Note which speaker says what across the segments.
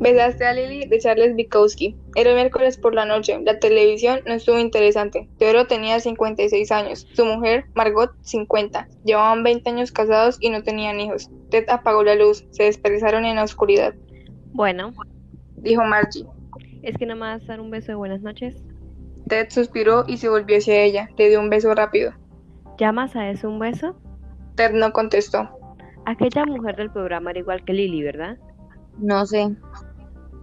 Speaker 1: Besaste a Lily de Charles Bukowski. Era miércoles por la noche. La televisión no estuvo interesante. Teodoro tenía 56 años. Su mujer, Margot, 50. Llevaban 20 años casados y no tenían hijos. Ted apagó la luz. Se dispersaron en la oscuridad.
Speaker 2: Bueno,
Speaker 1: Dijo Margie.
Speaker 2: es que no me vas a dar un beso de buenas noches.
Speaker 1: Ted suspiró y se volvió hacia ella. Le dio un beso rápido.
Speaker 2: ¿Llamas a eso un beso?
Speaker 1: Ted no contestó.
Speaker 2: Aquella mujer del programa era igual que Lily, ¿verdad?
Speaker 3: No sé.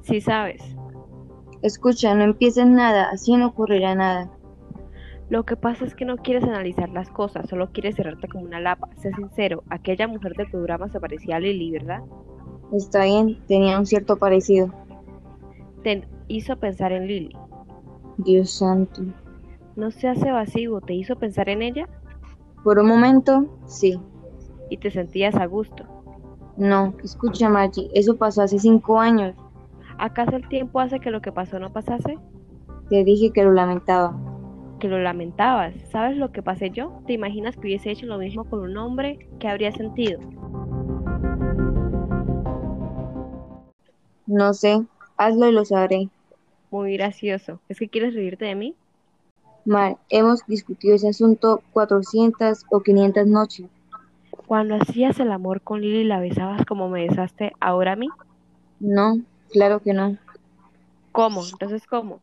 Speaker 2: Sí sabes.
Speaker 3: Escucha, no empieces nada, así no ocurrirá nada.
Speaker 2: Lo que pasa es que no quieres analizar las cosas, solo quieres cerrarte como una lapa. Sé sincero, aquella mujer del programa se parecía a Lily, ¿verdad?
Speaker 3: Está bien, tenía un cierto parecido.
Speaker 2: Te hizo pensar en Lily.
Speaker 3: Dios santo.
Speaker 2: No seas evasivo, te hizo pensar en ella
Speaker 3: Por un momento, sí.
Speaker 2: y te sentías a gusto.
Speaker 3: No, escucha, Maggie, eso pasó hace cinco años.
Speaker 2: ¿Acaso el tiempo hace que lo que pasó no pasase?
Speaker 3: Te dije que lo lamentaba.
Speaker 2: Que lo lamentabas. ¿Sabes lo que pasé yo? ¿Te imaginas que hubiese hecho lo mismo con un hombre? ¿Qué habría sentido?
Speaker 3: No sé, hazlo y lo sabré.
Speaker 2: Muy gracioso. ¿Es que quieres reírte de mí?
Speaker 3: Mal, hemos discutido ese asunto 400 o 500 noches.
Speaker 2: Cuando hacías el amor con Lily la besabas como me besaste ahora a mí.
Speaker 3: No, claro que no.
Speaker 2: ¿Cómo? Entonces, ¿cómo?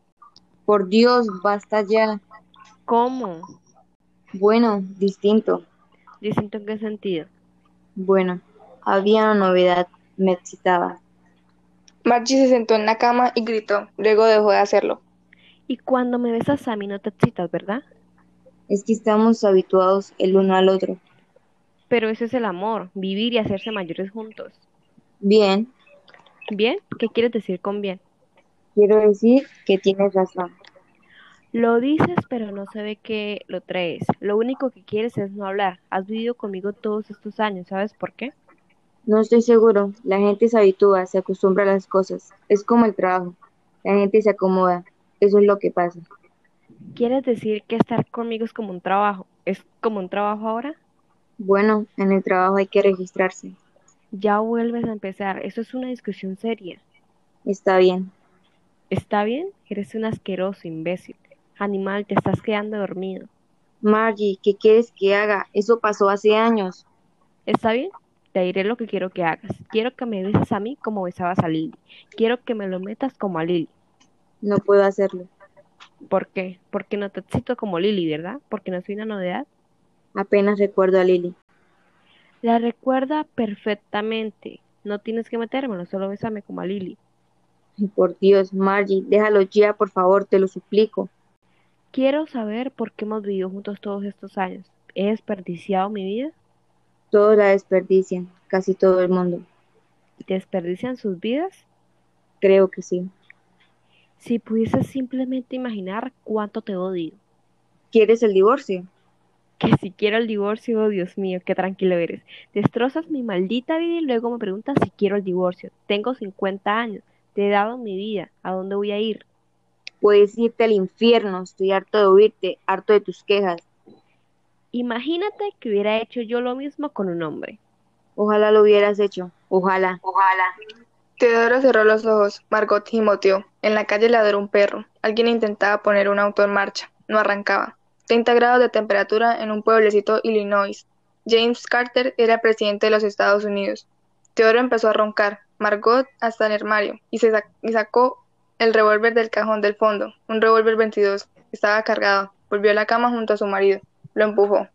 Speaker 3: Por Dios, basta ya.
Speaker 2: ¿Cómo?
Speaker 3: Bueno, distinto.
Speaker 2: Distinto en qué sentido.
Speaker 3: Bueno, había una novedad, me excitaba.
Speaker 1: Margie se sentó en la cama y gritó. Luego dejó de hacerlo.
Speaker 2: Y cuando me besas a mí no te excitas, ¿verdad?
Speaker 3: Es que estamos habituados el uno al otro.
Speaker 2: Pero eso es el amor, vivir y hacerse mayores juntos.
Speaker 3: Bien,
Speaker 2: ¿Bien? ¿Qué quieres decir con bien?
Speaker 3: quiero decir que tienes razón.
Speaker 2: Lo dices, pero no se ve que lo traes. Lo único que quieres es no hablar. Has vivido conmigo todos estos años, ¿sabes por qué?
Speaker 3: No estoy seguro, la gente se habitúa, se acostumbra a las cosas. Es como el trabajo, la gente se acomoda. Eso es lo que pasa.
Speaker 2: ¿Quieres decir que estar conmigo es como un trabajo? ¿Es como un trabajo ahora?
Speaker 3: Bueno, en el trabajo hay que registrarse.
Speaker 2: Ya vuelves a empezar. Eso es una discusión seria.
Speaker 3: Está bien.
Speaker 2: ¿Está bien? Eres un asqueroso imbécil. Animal, te estás quedando dormido.
Speaker 3: Margie, ¿qué quieres que haga? Eso pasó hace años.
Speaker 2: ¿Está bien? Te diré lo que quiero que hagas. Quiero que me beses a mí como besabas a Lily. Quiero que me lo metas como a Lily.
Speaker 3: No puedo hacerlo.
Speaker 2: ¿Por qué? Porque no te excito como Lily, ¿verdad? Porque no soy una novedad.
Speaker 3: Apenas recuerdo a Lily.
Speaker 2: La recuerda perfectamente. No tienes que metérmelo, solo bésame como a Lily.
Speaker 3: Ay, Por Dios, Margie, déjalo ya, por favor, te lo suplico.
Speaker 2: Quiero saber por qué hemos vivido juntos todos estos años. ¿He desperdiciado mi vida?
Speaker 3: Todos la desperdician, casi todo el mundo.
Speaker 2: ¿Desperdician sus vidas?
Speaker 3: Creo que sí.
Speaker 2: Si pudieses simplemente imaginar cuánto te odio.
Speaker 3: ¿Quieres el divorcio?
Speaker 2: Que si quiero el divorcio, oh, Dios mío, qué tranquilo eres. Destrozas mi maldita vida y luego me preguntas si quiero el divorcio. Tengo 50 años, te he dado mi vida, ¿a dónde voy a ir?
Speaker 3: Puedes irte al infierno, estoy harto de oírte, harto de tus quejas.
Speaker 2: Imagínate que hubiera hecho yo lo mismo con un hombre.
Speaker 3: Ojalá lo hubieras hecho, ojalá. Ojalá.
Speaker 1: Teodoro cerró los ojos. Margot gimoteó. En la calle ladró un perro. Alguien intentaba poner un auto en marcha. No arrancaba. 30 grados de temperatura en un pueblecito Illinois. James Carter era presidente de los Estados Unidos. Teodoro empezó a roncar. Margot hasta el armario y, se sac- y sacó el revólver del cajón del fondo. Un revólver 22. Estaba cargado. Volvió a la cama junto a su marido. Lo empujó.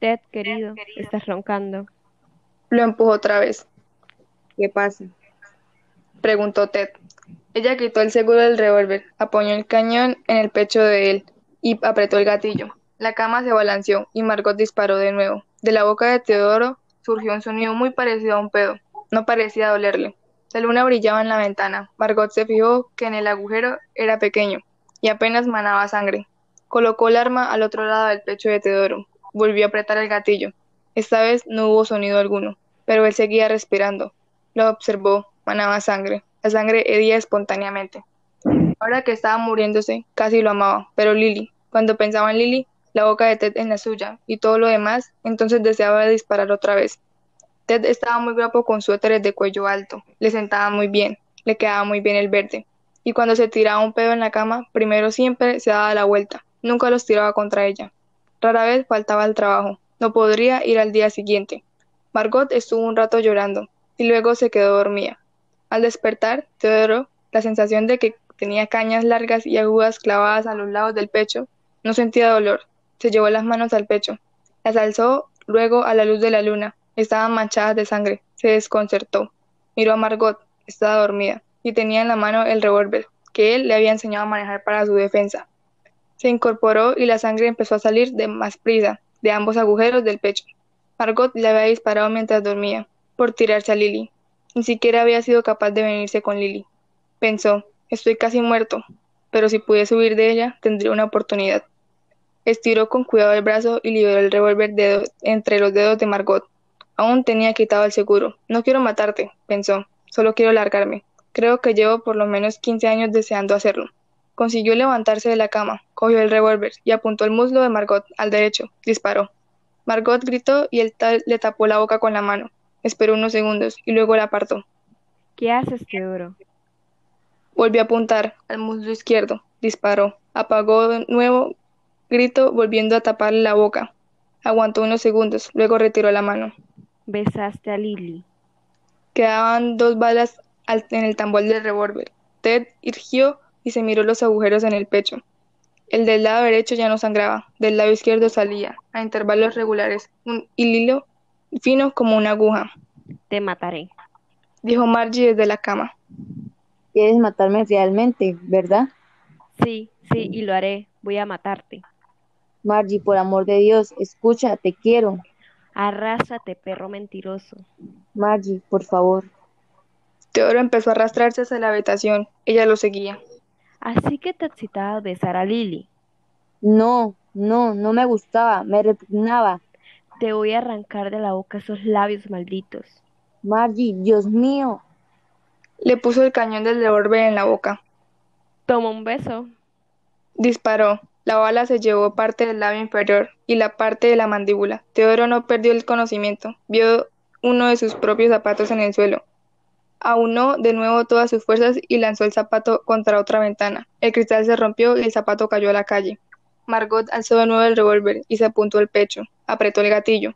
Speaker 2: Ted, querido, estás roncando.
Speaker 1: Lo empujó otra vez.
Speaker 3: ¿Qué pasa?
Speaker 1: preguntó Ted. Ella quitó el seguro del revólver, apoyó el cañón en el pecho de él y apretó el gatillo. La cama se balanceó y Margot disparó de nuevo. De la boca de Teodoro surgió un sonido muy parecido a un pedo. No parecía dolerle. La luna brillaba en la ventana. Margot se fijó que en el agujero era pequeño y apenas manaba sangre. Colocó el arma al otro lado del pecho de Teodoro. Volvió a apretar el gatillo. Esta vez no hubo sonido alguno, pero él seguía respirando. Lo observó, manaba sangre. La sangre hedía espontáneamente. Ahora que estaba muriéndose, casi lo amaba, pero Lily, cuando pensaba en Lily, la boca de Ted en la suya y todo lo demás, entonces deseaba disparar otra vez. Ted estaba muy guapo con suéteres de cuello alto, le sentaba muy bien, le quedaba muy bien el verde. Y cuando se tiraba un pedo en la cama, primero siempre se daba la vuelta, nunca los tiraba contra ella. Rara vez faltaba al trabajo, no podría ir al día siguiente. Margot estuvo un rato llorando, y luego se quedó dormida. Al despertar, Teodoro, la sensación de que tenía cañas largas y agudas clavadas a los lados del pecho, no sentía dolor. Se llevó las manos al pecho. Las alzó luego a la luz de la luna. Estaban manchadas de sangre. Se desconcertó. Miró a Margot. Estaba dormida. Y tenía en la mano el revólver, que él le había enseñado a manejar para su defensa. Se incorporó y la sangre empezó a salir de más prisa, de ambos agujeros del pecho. Margot le había disparado mientras dormía, por tirarse a Lily. Ni siquiera había sido capaz de venirse con Lily. Pensó, Estoy casi muerto, pero si pudiese huir de ella, tendría una oportunidad. Estiró con cuidado el brazo y liberó el revólver entre los dedos de Margot. Aún tenía quitado el seguro. No quiero matarte, pensó. Solo quiero largarme. Creo que llevo por lo menos 15 años deseando hacerlo. Consiguió levantarse de la cama, cogió el revólver y apuntó el muslo de Margot al derecho. Disparó. Margot gritó y él le tapó la boca con la mano. Esperó unos segundos y luego la apartó.
Speaker 2: ¿Qué haces, Teodoro?
Speaker 1: Volvió a apuntar al muslo izquierdo. Disparó. Apagó de nuevo grito, volviendo a taparle la boca. Aguantó unos segundos, luego retiró la mano.
Speaker 2: Besaste a Lily.
Speaker 1: Quedaban dos balas al, en el tambor del revólver. Ted irgió y se miró los agujeros en el pecho. El del lado derecho ya no sangraba, del lado izquierdo salía, a intervalos regulares, un hilo fino como una aguja.
Speaker 2: Te mataré,
Speaker 1: dijo Margie desde la cama.
Speaker 3: Quieres matarme realmente, ¿verdad?
Speaker 2: Sí, sí, y lo haré. Voy a matarte.
Speaker 3: Margie, por amor de Dios, escucha, te quiero.
Speaker 2: Arrásate, perro mentiroso.
Speaker 3: Margie, por favor.
Speaker 1: Teodoro empezó a arrastrarse hacia la habitación. Ella lo seguía.
Speaker 2: Así que te excitaba besar a Lily.
Speaker 3: No, no, no me gustaba, me repugnaba.
Speaker 2: Te voy a arrancar de la boca esos labios malditos.
Speaker 3: Margie, Dios mío,
Speaker 1: le puso el cañón del revólver en la boca.
Speaker 2: Tomó un beso.
Speaker 1: Disparó. La bala se llevó parte del labio inferior y la parte de la mandíbula. Teodoro no perdió el conocimiento. Vio uno de sus propios zapatos en el suelo. Aunó de nuevo todas sus fuerzas y lanzó el zapato contra otra ventana. El cristal se rompió y el zapato cayó a la calle. Margot alzó de nuevo el revólver y se apuntó el pecho. Apretó el gatillo.